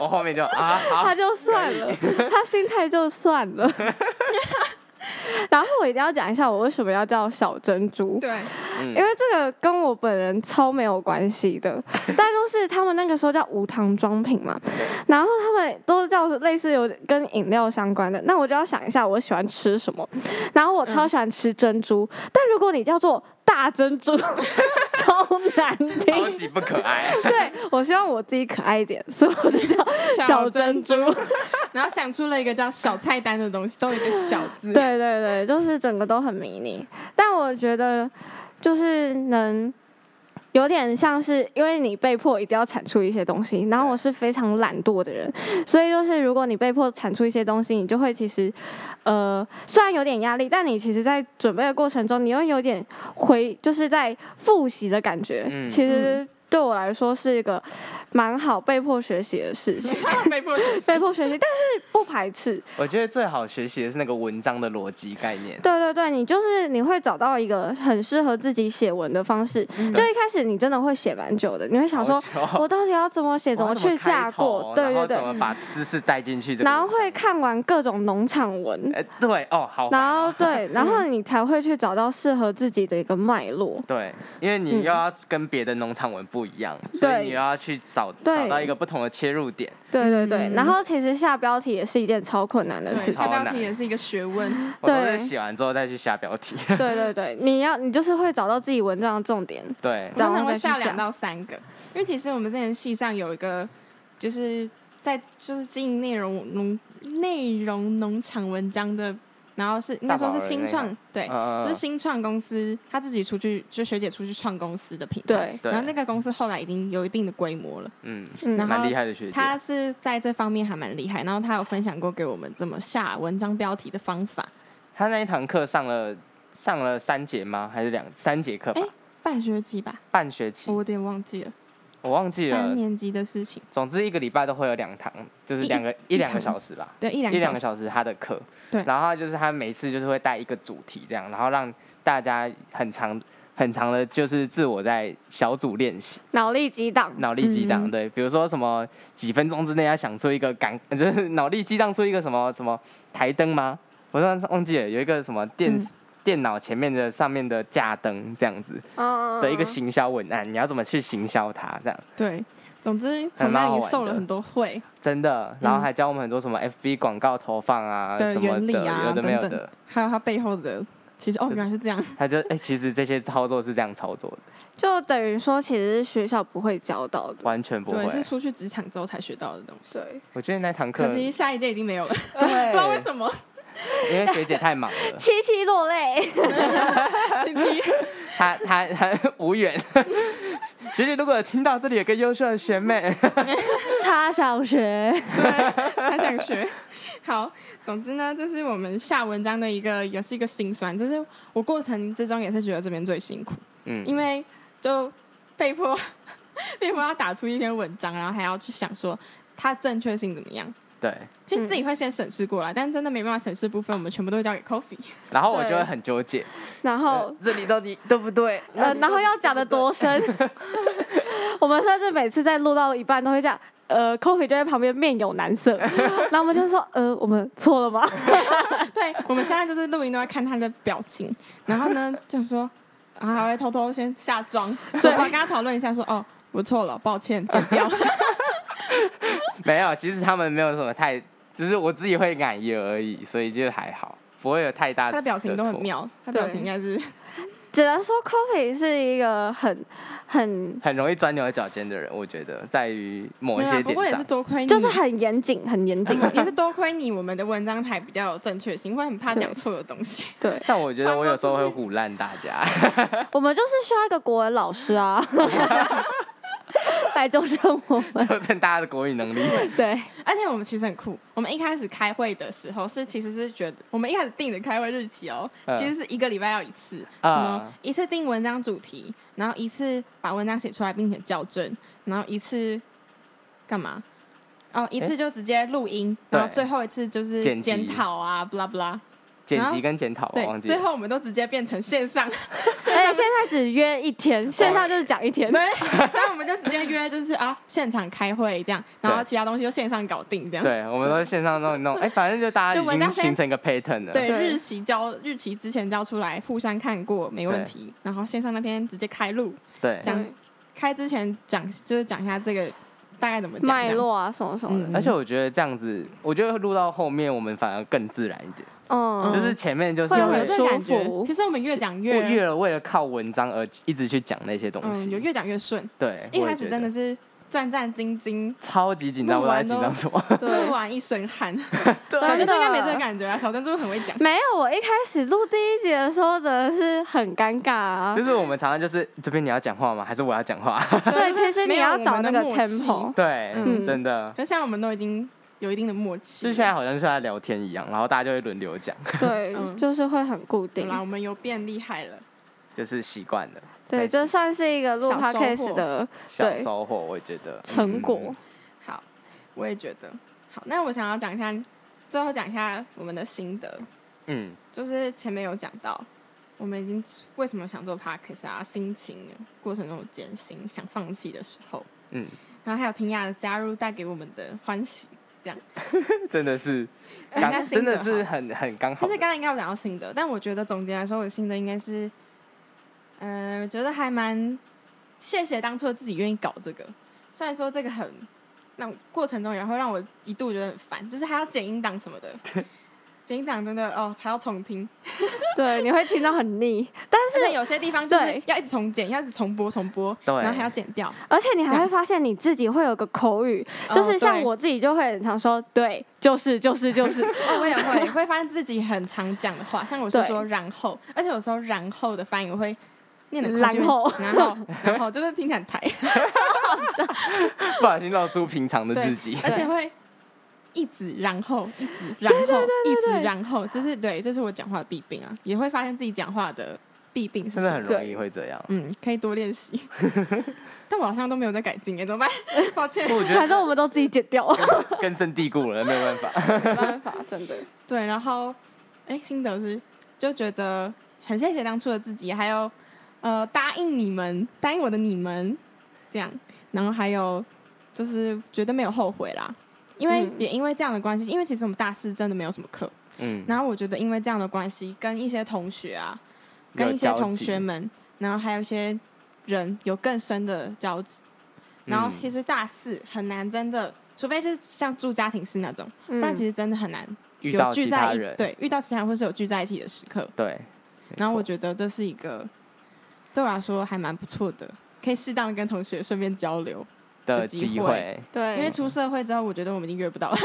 S4: 我后面就啊 好
S3: 他，就算 了，他心态就算了。然后我一定要讲一下，我为什么要叫小珍珠。
S1: 对，
S4: 嗯
S3: 因为这个跟我本人超没有关 系的，但就是他们那个时候叫无糖装品嘛，然后他们都叫类似有跟饮料相关的，那我就要想一下我喜欢吃什么，然后我超喜欢吃珍珠，但如果你叫做大 珍珠，超难
S4: 超
S3: 听。
S4: 级不可爱，
S3: 对，我希望我自己可爱一点，所以我就叫
S1: 小
S3: 珍
S1: 珍
S3: 珠。
S1: 然后想出了一个叫小菜单的东西，都有一个小字。
S3: 对对对，就是整个都很迷你。但我觉得就是能有点像是，因为你被迫一定要产出一些东西，然后我是非常懒惰的人，所以就是如果你被迫产出一些东西，你就会其实呃虽然有点压力，但你其实在准备的过程中，你又有点回就是在复习的感觉，
S4: 嗯
S3: 其实。对我来说是一个蛮好被迫学习的 事情，
S1: 被迫学 习
S3: 被。迫学习，但是不排斥，
S4: 我觉得最好学习的是那个文章的逻辑概念，
S3: 对对对，你就是你会找到一个很适合自己写文的方式。就一开始你真的会写蛮久的，你会想说，
S4: 嗯好久哦
S3: 我到底要怎么写，怎
S4: 我要
S3: 去
S4: 开
S3: 架
S4: 头
S3: 构？对
S4: 然后
S3: 对对
S4: 怎，么把知识带进去这个文章，
S3: 然后会看完各种农场文，
S4: 哎、对哦，好烦
S3: 然
S4: 哦、
S3: 后对，然后你才会去找到适合自己的一个脉络。
S4: 对，因为你
S3: 嗯
S4: 又要跟别的农场文不一样，所
S3: 对
S4: 以你又要去找
S3: 嗯对
S4: 找到一个不同的切入点。
S3: 对对对，
S1: 嗯
S3: 然后其实下标题也是一件超困难的
S1: 对，嗯
S3: 事情
S1: 下。
S4: 超
S1: 标
S4: 难
S1: 题也是一个学问。
S4: 我都
S3: 对
S4: 是写完之后再去下标题。
S3: 对对对，你要你就是会找到自己文章的重点。
S4: 对
S1: 我，通常
S3: 然后再
S1: 会
S3: 去
S1: 下两
S3: 想
S1: 到三个，因为其实我们之前系上有一个，就是在就是经营内容农内容农场文章的，然后是应该说是新创，对，
S4: 嗯
S1: 就是新创公司他自己出去，就学姐出去创公司的品牌。
S3: 对，
S4: 对
S1: 然后那个公司后来已经有一定的规模了，
S4: 嗯，
S1: 然
S3: 嗯
S1: 后
S4: 蛮厉害的学姐。
S1: 他是在这方面还蛮厉害。然后他有分享过给我们怎么下文章标题的方法，
S4: 他那一堂课上了上了三节吗？还是两三节课吧？
S1: 哎半学期吧，
S4: 半学期
S1: 我，有点忘记了，
S4: 我忘记了
S1: 三。年级的事情，
S4: 总之一个礼拜都会有两堂，就是
S1: 一
S4: 两个
S1: 一
S4: 一两个
S1: 堂
S4: 小时吧。
S1: 对，一两
S4: 一两个
S1: 时。
S4: 小时他的课，
S1: 对
S4: 然后他就是他每次就是会带一个主题这样，然后让大家很常很长的，就是自我在小组练习。
S3: 脑力激荡，
S4: 脑力激荡，
S1: 嗯
S4: 对，比如说什么几分钟之内要想出一个感， 就是脑力激荡出一个什么什么台灯吗？我突然忘记了，有一个什么电、
S1: 嗯
S4: 电脑前面的上面的架灯这样子
S3: 嗯
S4: 的一个行销文案，你要怎么去行销它？这样
S1: 对，总之
S4: 还
S1: 从
S4: 蛮
S1: 那
S4: 好
S1: 里
S4: 玩
S1: 受
S4: 的
S1: 了很多会，
S4: 真的，然后
S1: 嗯
S4: 还教我们很多什么 FB 广告投放啊
S1: 的
S4: 什么
S1: 原理
S4: 的，
S1: 啊
S4: 有的没有
S1: 等等
S4: 的，
S1: 还有它背后的，其实哦
S4: 就是
S1: 原来是这样，
S4: 他就哎、其实这些操作是这样操作的，
S3: 就等于说其实是学校不会教到的。
S4: 完全不会
S1: 对，。是出去职场之后才学到的东西。
S3: 对，，
S4: 我觉得那堂课
S1: 可，惜下一届已经没 有了，
S4: 对，
S1: 不知道为什么。
S4: 因为学姐太忙 了
S3: 七七落泪。
S1: 七 七，
S4: 她她她无缘。 学姐如果有听到这里有个优秀的 学妹，
S3: 他想学，
S1: 对，他想学。好，总之呢，这是我们下文章的一个，也是一个心酸。就是我过程之中也是觉得这边最辛苦，
S4: 嗯，
S1: 因为就被迫 被迫要打出一篇文章，然后还要去想说它正确性怎么样。
S4: 对，
S1: 其实自己会先审视
S4: 嗯
S1: 过来，但真的没办法审视部分，我们全部都会交给 Coffee。
S4: 然后我就
S3: 对
S4: 会很纠结，
S3: 然
S1: 哦
S3: 后
S4: 这里到底对不对？
S3: 呃，然后要讲的多深， 我们甚至每次在录到一半都会这样。呃，Coffee 就在旁边面有 难色，然后我们就说，呃，我们错了吗？
S1: 对，我们现在就是录音都在看他的表情，然后呢，就说，然后还会偷偷先下 妆，就我跟他讨论一下说，哦，我错了，抱歉，剪掉。
S4: 没有，其实他们没有什么太，只是我自己会感觉而已，所以就还好，不会有太大
S1: 他的表情都很
S4: 错，
S1: 妙，他表情应该是
S3: 只能说 Coffee 是一个很很，
S4: 很容易钻牛角尖的人，我觉得在于某
S1: 没
S4: 一
S1: 有啊
S4: 些
S1: 不
S4: 点
S1: 过也是
S4: 上，
S1: 多亏你，
S3: 就是很严谨，很严谨。
S1: 也是多亏你，我们的文章才比较有正确性，会很怕讲错的东西。
S3: 对，
S4: 但我觉得我有时候会
S1: 传播出
S4: 唬烂大 家，
S3: 我们就是需要一个国文老师啊， 来纠正我们。
S4: 纠正大家的国语能力。
S3: 对，
S1: 而且我们其实很酷，我们一开始开会的时候是其实是觉得，我们一开始定的开会日期哦，
S4: 嗯
S1: 其实是一个礼拜要一次，
S4: 啊
S1: 什么一次定文章主题，然后一次把文章写出来并且校正，然后一次干嘛？哦，一次就直接录音，
S4: 对
S1: 然后最后一次就是
S4: 剪辑
S1: 检讨啊，blah blah。
S4: 剪
S1: 然后
S4: 辑跟检讨，我忘
S1: 对，
S4: 记
S1: 最
S4: 了
S1: 后我们都直接变成线上， 线
S3: 而
S1: 上
S3: 且现在只约一天，线上就是讲一
S4: 哎
S3: 天。
S1: 对，所以我们就直接约，就是啊，现场开会这样，然后
S4: 对
S1: 其他东西就线上搞定这样。
S4: 对，我们都线上弄一弄，哎，反正就大家
S1: 对
S4: 已
S1: 文
S4: 经
S1: 章先
S4: 形成一个 pattern 了。
S1: 对，
S3: 对
S1: 日期交日期之前交出来，互相看过没问题，然后线上那天直接开录，
S4: 对，
S1: 讲开之前讲就是讲一下这个大概怎么讲这样
S3: 脉。络啊，什么什么的。
S4: 而且我觉得这样子，我觉得录到后面我们反而更自然一点，
S3: 嗯，
S4: 就是前面就是
S1: 会有
S3: 会
S1: 有
S3: 很
S1: 这
S3: 舒
S1: 个感觉
S3: 服，
S1: 其实我们越讲
S4: 我
S1: 越
S4: 越了为了靠文章而一直去讲那些东
S1: 嗯，
S4: 西，
S1: 有越讲越顺。
S4: 对，
S1: 一
S4: 我也
S1: 开始
S4: 觉
S1: 真
S4: 得
S1: 的是战战兢兢，
S4: 超级紧张，
S1: 录
S4: 我在
S1: 完
S4: 紧
S1: 都
S4: 张什么？
S3: 对
S1: 录。完一身 汗。
S4: 对
S1: 小珍珠
S3: 真的
S1: 应该没这个感觉啊，小珍珠很会讲。
S3: 没有，我一开始录第一集的时候真的是很尴尬啊
S4: 就。是我们常常就是这边你要讲话吗？还是我要讲话？
S1: 对
S3: 其实你要找那个 tempo。
S4: 对，
S1: 嗯
S4: 真的，
S1: 可是现在我们都已经有一定的默契
S4: 就
S1: 了，
S4: 是现在好像是在聊天一样，然后大家就会轮流讲，
S3: 对
S1: 嗯，
S3: 就是会很固
S1: 有
S3: 定。
S1: 啦，我们有变厉害了。
S4: 就是习惯了。
S3: 对，这算是一个录
S1: 小收
S3: podcast
S1: 获
S3: 的
S4: 小
S3: 对
S4: 收获，我觉得
S3: 成果。
S4: 嗯
S1: 好，我也觉得。好，那我想要讲一下，最后讲一下我们的心得，
S4: 嗯，
S1: 就是前面有讲到，我们已经为什么想做 podcast 啊，心情过程中有艰辛，想放弃的时候，
S4: 嗯，
S1: 然后还有婷雅的加入带给我们的欢喜，
S4: 嗯真的是，
S1: 讲一下
S4: 刚真
S1: 心得
S4: 的
S1: 好
S4: 是很很刚好
S1: 但
S4: 的。
S1: 是刚才应该有讲到心得，但我觉得总结来说，我的心得应该是，嗯、我觉得还蛮谢谢当初自己愿意搞这个。虽然说这个很让过程中也会让我一度觉得很烦，就是还要剪音档什么 的，剪音档真的哦还要重听，
S3: 对，你会听到很腻，但
S1: 而且
S3: 是
S1: 有些地方就是
S3: 对
S1: 要一直重剪，要一直重播重播，
S4: 对
S1: 然后还要剪掉，
S3: 而且你
S1: 这
S3: 还
S1: 样
S3: 会发现你自己会有个口语，就
S1: 哦
S3: 是像
S1: 对
S3: 我自己就会很常说，对，就是就是就是，
S1: 哦，我也会会发现自己很常讲的话，像我是
S3: 嗯对
S1: 说然后，而且有时候然后的发音我会念的
S3: 然后
S1: 然后然后就是听起来很台。
S4: 不小心露出平常的
S1: 对，
S4: 自己。
S1: 而且会一直然后一直然后一直然后，就是对，这是我讲话的弊病啊，也会发现自己讲话的弊病是
S4: 真
S1: 什
S4: 的
S1: 么
S4: 很。容易会这样，
S1: 嗯，可以多练 习，但我好像都没有在改进耶，怎么办？抱歉。
S4: 我觉
S3: 反
S4: 得
S3: 正我们都自己剪掉，
S4: 根深蒂固了，没有办法。
S3: 没办法，真的。
S1: 对，然后哎，心得是就觉得很谢谢当初的自己，还有呃答应你们，答应我的你们这样，然后还有就是绝对没有后悔啦，因为、
S3: 嗯
S1: 也因为这样的关系，因为其实我们大四真的没有什么课，
S4: 嗯，
S1: 然后我觉得因为这样的关系，跟一些同学啊，跟
S4: 有
S1: 一些
S4: 交集
S1: 同学，们，然后还有一些人有更深的交集，然后
S4: 嗯
S1: 其实大四很难真的，除非就是像住家庭式那种，
S3: 不
S1: 不然其实真的很难
S4: 遇
S1: 有
S4: 到
S1: 聚
S4: 其
S1: 在
S4: 他
S1: 一
S4: 人，
S1: 对遇到其他人或是有聚在一起的时刻。
S4: 对，没
S1: 然后我
S4: 错
S1: 觉得这是一个对我来说还蛮不错的，可以适当的跟同学顺便交流。
S4: 的
S1: 的机
S4: 机
S1: 会
S4: 会，
S3: 对，
S1: 因为出社会之后，我觉得我们已经约不到了。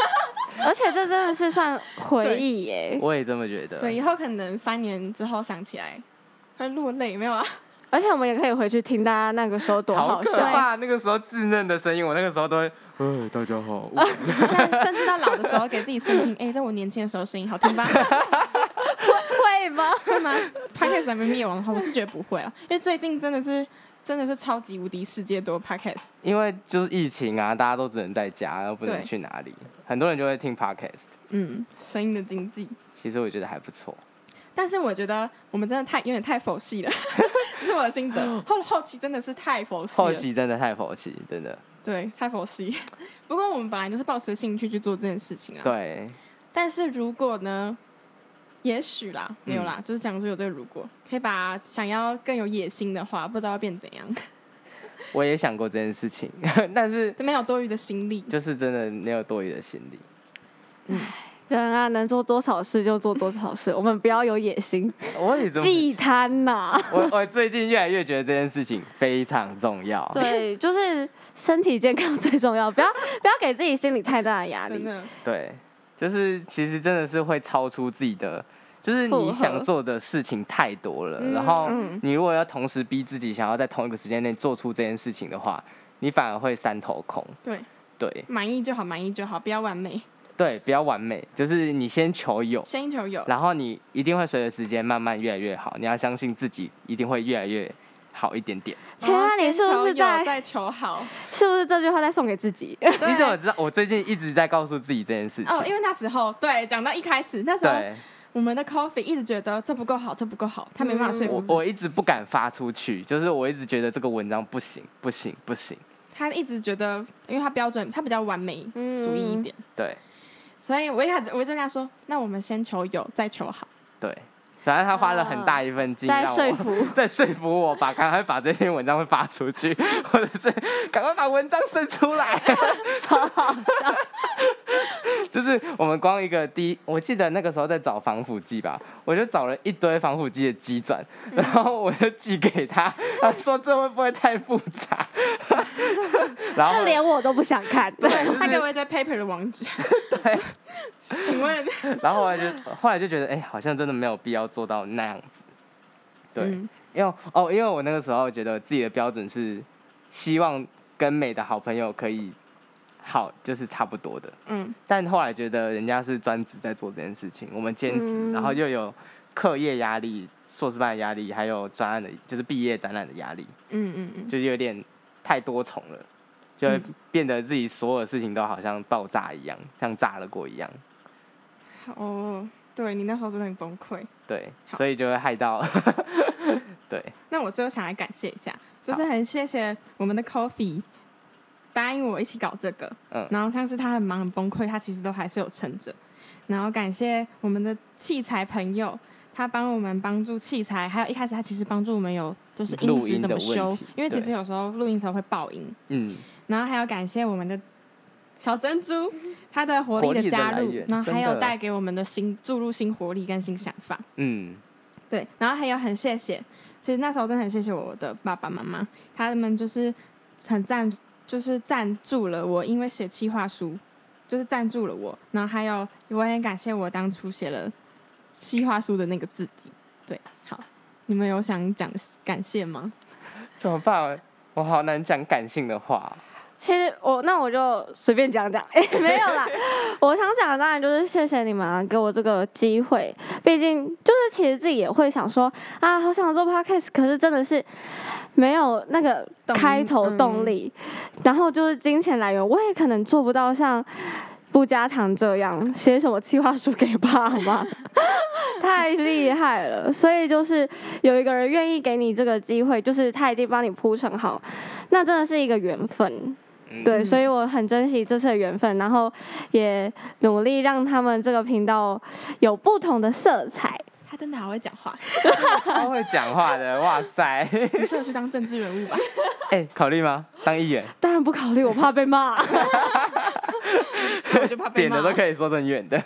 S3: 而且这真的是算回
S1: 对
S3: 忆耶，
S4: 我也这么觉得。
S1: 对，以后可能三年之后想起来会落泪，没有啊？
S3: 而且我们也可以回去听大家那个时候多
S4: 好
S3: 好
S4: 可
S3: 笑。
S4: 怕！那个时候稚嫩的声音，我那个时候都会，呃，大家好，我
S1: 但甚至到老的时候，给自己顺听， 哎、在我年轻的时候声音好听吧？
S3: 会吗？
S1: 会吗 p o d c a s 还没灭亡的话，我是觉得不会啊，因为最近真的是真的是超级无敌世界多 podcast，
S4: 因为就是疫情啊，大家都只能在家，然后不能
S1: 对
S4: 去哪里，很多人就会听 podcast。
S1: 嗯，声音的经济。
S4: 其实我觉得还不错，
S1: 但是我觉得我们真的太有点太佛系了， 这是我的心得。后后期真的是太佛系
S4: 后
S1: 了，
S4: 期真的太佛系，真的。
S1: 对，太佛系。 不过我们本来就是抱持兴趣去做这件事情啊。。
S4: 对，
S1: 但是如果呢，也许啦，没有啦，就是讲说有这个如果，可以把想要更有野心的话，不知道要变怎样，
S4: 我也想过这件事情， 但是
S1: 这边有多余的心力。
S4: 就是真的没有多余的心力。
S3: 人啊，能做多少事就做多少事，我们不要有野心，
S4: 我 也这么，
S3: 忌贪呐。
S4: 我我最近越来越觉得这件事情非常重要。
S3: 对，就是身体健康最重要，不要不要给自己心理太大的压
S1: 真
S3: 力。
S1: 的，
S4: 对，就是其实真的是会超出自己的，就是
S3: 负荷
S4: 你想做的事情太多了，
S3: 嗯
S4: 然后
S1: 嗯
S4: 你如果要同时逼自己想要在同一个时间内做出这件事情的话，你反而会三头空。
S1: 对，
S4: 对
S1: 满意就好，满意就好，不要完美，
S4: 对，比较完美，就是你先求有，
S1: 声音球有。
S4: 然后你一定会随着时间慢慢越来越好，你要相信自己一定会越来越好一点点。
S1: 然后
S3: 天啊，你
S1: 先
S3: 是不
S1: 求
S3: 是
S1: 有
S3: 在
S1: 再求好？
S3: 是不是这句话在送给自己？
S1: 对
S4: 你怎么知道？我最近一直在告诉自己这件事情。
S1: 哦，因为那时候对讲到一开始，那时候
S4: 对，
S1: 我们的 Coffee 一直觉得这不够好，这不够好，他没办法说服
S4: 我
S1: 自己，
S4: 嗯我一直不敢发出去，就是我一直觉得这个文章不行，不行，不行。
S1: 他一直觉得，因为他标准他比较完美
S3: 嗯
S1: 主义一点，
S4: 对，
S1: 所以我一开始我就跟他说，那我们先求有，再求好。
S4: 对，反正他花了很
S1: 啊
S4: 大一份劲，
S3: 在
S4: 让
S3: 说
S4: 我
S3: 服。
S4: 在说服我把赶快把这篇文章会发出去， 或者是赶快把文章生出来。就是我们光一个第一，我记得那个时候在找防腐剂吧，我就找了一堆防腐剂的机转，然后我就寄给他，他说这会不会太复杂？然后
S3: 这连我都不想看。
S4: 对就是
S1: 他给我一堆 paper 的网 址，
S4: 对，
S1: 请问，
S4: 然后后来就后来就觉得，哎、好像真的没有必要做到那样子。对，
S1: 嗯
S4: 因为哦，因为我那个时候觉得自己的标准是希望跟美的好朋友可以好，就是差不多的。
S1: 嗯，
S4: 但后来觉得人家是专职在做这件事情，我们兼职，
S3: 嗯
S4: 然后又有课业压力、硕士班的压力，还有专案的，就是毕业展览的压力，
S1: 嗯嗯嗯，
S4: 就是有点太多重了，就会变得自己所有事情都好像爆炸一样，像炸了锅一样。
S1: 哦，对你那时候真的很崩溃。
S4: 对，
S1: 好
S4: 所以就会害到， 对，
S1: 那我最后想来感谢一下，就是很谢谢我们的 Coffee 答应我一起搞这个，
S4: 嗯
S1: 然后像是他很忙很崩溃，他其实都还是有撑着，然后感谢我们的器材朋友，他帮我们帮助器材，还有一开始他其实帮助我们有就是音质怎么
S4: 录音的问
S1: 修
S4: 题，
S1: 因为其实
S4: 对
S1: 有时候录音的时候会爆音，
S4: 嗯，
S1: 然后还要感谢我们的小珍珠，它的活力
S4: 活力
S1: 的
S4: 的
S1: 加
S4: 来
S1: 入
S4: 源，
S1: 然后还
S4: 真
S1: 有
S4: 的
S1: 带给我们的新注入新活力跟新想法。
S4: 嗯，
S1: 对，然后还有很谢谢，其实那时候真的很谢谢我的爸爸妈妈，他们就是很赞，就是赞助了我，因为写企划书，就是赞助了我。然后还有，我也感谢我当初写了企划书的那个自己。对，好，你们有想讲感谢吗？
S4: 怎么办？我好难讲感性的话，
S3: 其实我那我就随便讲讲，哎、没有啦。我想讲的当然就是谢谢你们啊，给我这个机会。毕竟就是其实自己也会想说啊，好想做 podcast，可是真的是没有那个
S1: 动
S3: 开头动力，然后就是金钱来源，我也可能做不到像。不加糖这样写什么计划书给爸妈，太厉害了。所以就是有一个人愿意给你这个机会，就是他已经帮你铺陈好，那真的是一个缘分。对，所以我很珍惜这次的缘分，然后也努力让他们这个频道有不同的色彩。
S1: 他真的好会讲话，
S4: 超会讲话的，哇 塞！
S1: 你适合去当政治人物 吧？
S4: 哎、考虑吗？当议员，
S3: 当然不考虑，我怕被骂。
S1: 我就怕被
S4: 扁
S1: 骂。
S4: 的都可以说成 远的。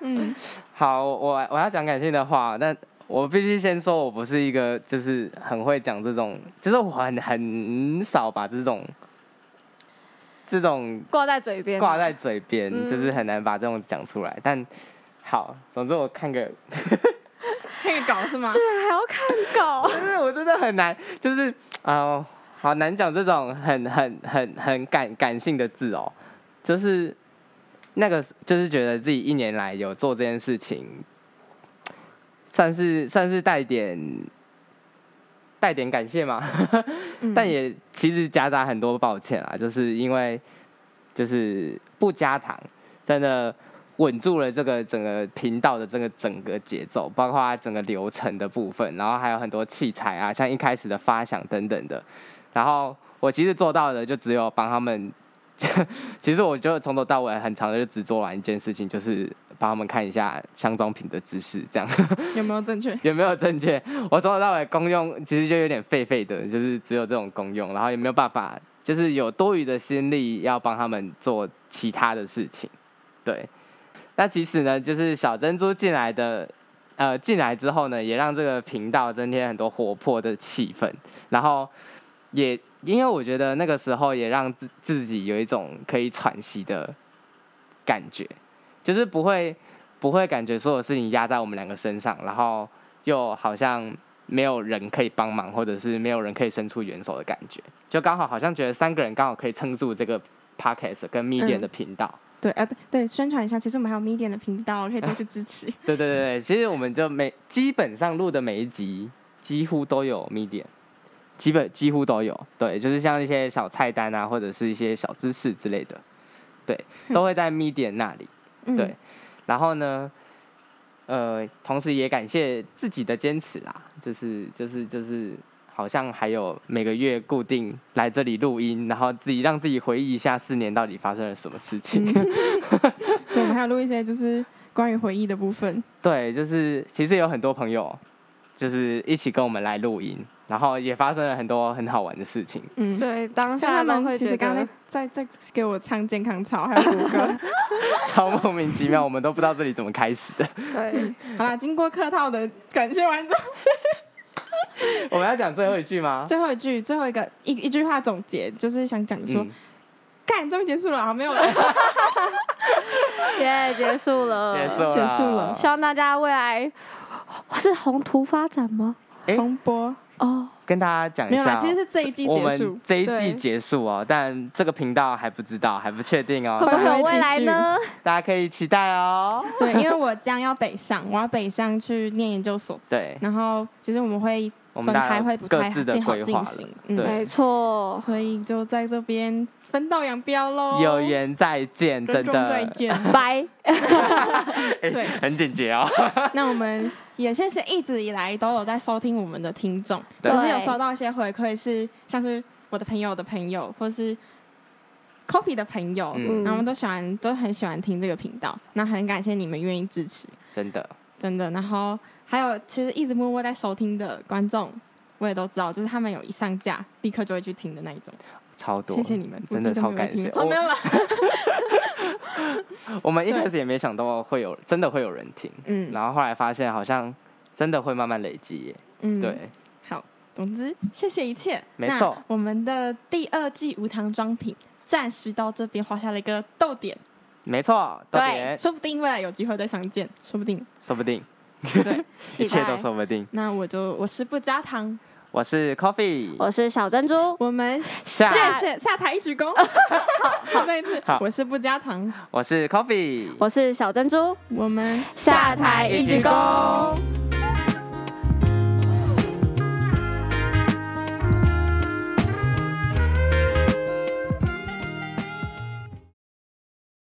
S1: 嗯，
S4: 好，我我要讲感谢的话，但我必须先说，我不是一个就是很会讲这种，就是我很很少把这种这种
S3: 挂在嘴边，
S4: 挂在嘴边，
S3: 嗯
S4: 就是很难把这种讲出来。但好，总之我看个，，
S1: 那个稿是吗
S3: 居？然还要看稿
S4: 但是我真的很难，就是啊、哦好难讲这种很很很很感感性的字哦，就是那个就是觉得自己一年来有做这件事情，算是算是带点带点感谢嘛。
S1: 嗯
S4: 但也其实夹杂很多抱歉啊，就是因为就是不加糖，真的稳住了这个整个频道的这个整个节奏，包括它整个流程的部分，然后还有很多器材啊，像一开始的发想等等的。然后我其实做到的就只有帮他们， 其实我就从头到尾很长的就只做完一件事情，就是帮他们看一下香妆品的知识这样。
S1: 有没有正确？
S4: 有没有正确？我从头到尾公用其实就有点废废的，就是只有这种公用，然后也没有办法，就是有多余的心力要帮他们做其他的事情。对，那其实呢，就是小珍珠进来的，呃，进来之后呢，也让这个频道增添很多活泼的气氛，然后也因为我觉得那个时候也让自自己有一种可以喘息的感觉，就是不会不会感觉所有事情压在我们两个身上，然后又好像没有人可以帮忙，或者是没有人可以伸出援手的感觉，就刚好好像觉得三个人刚好可以撑住这个 podcast 跟 Medium 的频道。
S1: 对啊，对对，宣传一下，其实我们还有 Medium 的频道，可以多去支持。
S4: 啊对对对对，其实我们就每基本上录的每一集几乎都有 Medium，基本几乎都有。对，就是像一些小菜单啊，或者是一些小知识之类的，对，都会在 Medium 那里。
S1: 嗯
S4: 对，然后呢，呃，同时也感谢自己的坚持啦，就是就是就是，好像还有每个月固定来这里录音，然后自己让自己回忆一下四年到底发生了什么事 情。
S1: 对，我们还有录一些就是关于回忆的部分。
S4: 对，就是其实有很多朋友，就是一起跟我们来录音，然后也发生了很多很好玩的事情。
S1: 嗯，
S3: 对，
S1: 像
S3: 当下
S1: 他
S3: 都
S1: 们
S3: 会
S1: 其
S3: 觉
S1: 实刚才
S3: 得，
S1: 在在在给我唱健康操，还有谷 歌。
S4: 超莫名其妙，我们都不知道这里怎么开始的。
S3: 对，
S1: 好啦，经过客套的感谢完之后，
S4: 我们要讲最后一句吗？
S1: 最后一句，最后一个一一句话总结，就是想讲说
S4: 嗯，，
S1: 干，终于结束了，好没有了。
S3: 耶，结束了，
S4: 嗯结束了，
S1: 结束了
S3: 希望大家未来是宏图发展吗？
S4: 诶
S1: 洪波
S3: 哦，
S4: 跟大家哎讲一
S1: 没有啦，
S4: 下，哦
S1: 其实是这一季
S4: 我
S1: 结
S4: 们
S1: 束。
S4: 这一季
S3: 对
S4: 结束哦，但这个频道还不知道，还不确定
S3: 会
S4: 哦，
S3: 不会有
S1: 会
S3: 未
S1: 继
S3: 来
S1: 续
S3: 呢？
S4: 大家可以期待哦。
S1: 对，因为我将要北上，我要北上去念研究所，
S4: 对，
S1: 然后其实我们会
S4: 我
S1: 分
S4: 们大家
S1: 开，会不太
S4: 各自的
S1: 好
S4: 规划
S1: 进
S4: 了
S1: 行。
S4: 对
S1: 嗯，
S3: 没错，
S1: 所以就在这边分道扬镳喽。
S4: 有缘再见，真
S1: 跟中哦再
S4: 的，
S1: 见。
S3: 拜。
S1: 对，
S4: 很简洁哦。
S1: 那我们也谢谢一直以来都有在收听我们的听众，只
S4: 对
S1: 是有收到一些回馈是像是我的朋友的朋友，或是 Coffee 的朋友，
S4: 嗯
S1: 然后我们都喜欢，都很喜欢听这个频道，那很感谢你们愿意支持，
S4: 真的，
S1: 真的。然后还有其实一直默默在收听的观众，我也都知道，就是他们有一上架立刻就会去听的那一种，
S4: 超多，
S1: 谢谢你们，
S4: 真的
S1: 我记得
S4: 超
S1: 没有
S4: 感谢
S1: 听。哦，没 有了，
S4: 我们一
S1: 对
S4: 开始也没想到会有，真的会有人听，
S1: 嗯
S4: 然后后来发现好像真的会慢慢累积耶，
S1: 嗯，
S4: 对，
S1: 好，总之谢谢一切。
S4: 没错，
S1: 我们的第二季无糖装品暂时到这边画下了一个逗点，
S4: 没错，都
S3: 对
S4: 别，
S1: 说不定未来有机会再相见，说不 定。
S4: 说不定，
S1: 对，
S4: 一
S3: 期
S4: 切都
S3: 待。
S4: 说不定。
S1: 那我就我是不加糖，
S4: 我是 Coffee，
S3: 我是小珍珠，
S1: 我们
S4: 下
S1: 谢谢下台一鞠躬，好，再一次
S4: 好，
S1: 我是不加糖，
S4: 我是 Coffee，
S3: 我是小珍珠，
S1: 我们
S3: 下台一鞠躬。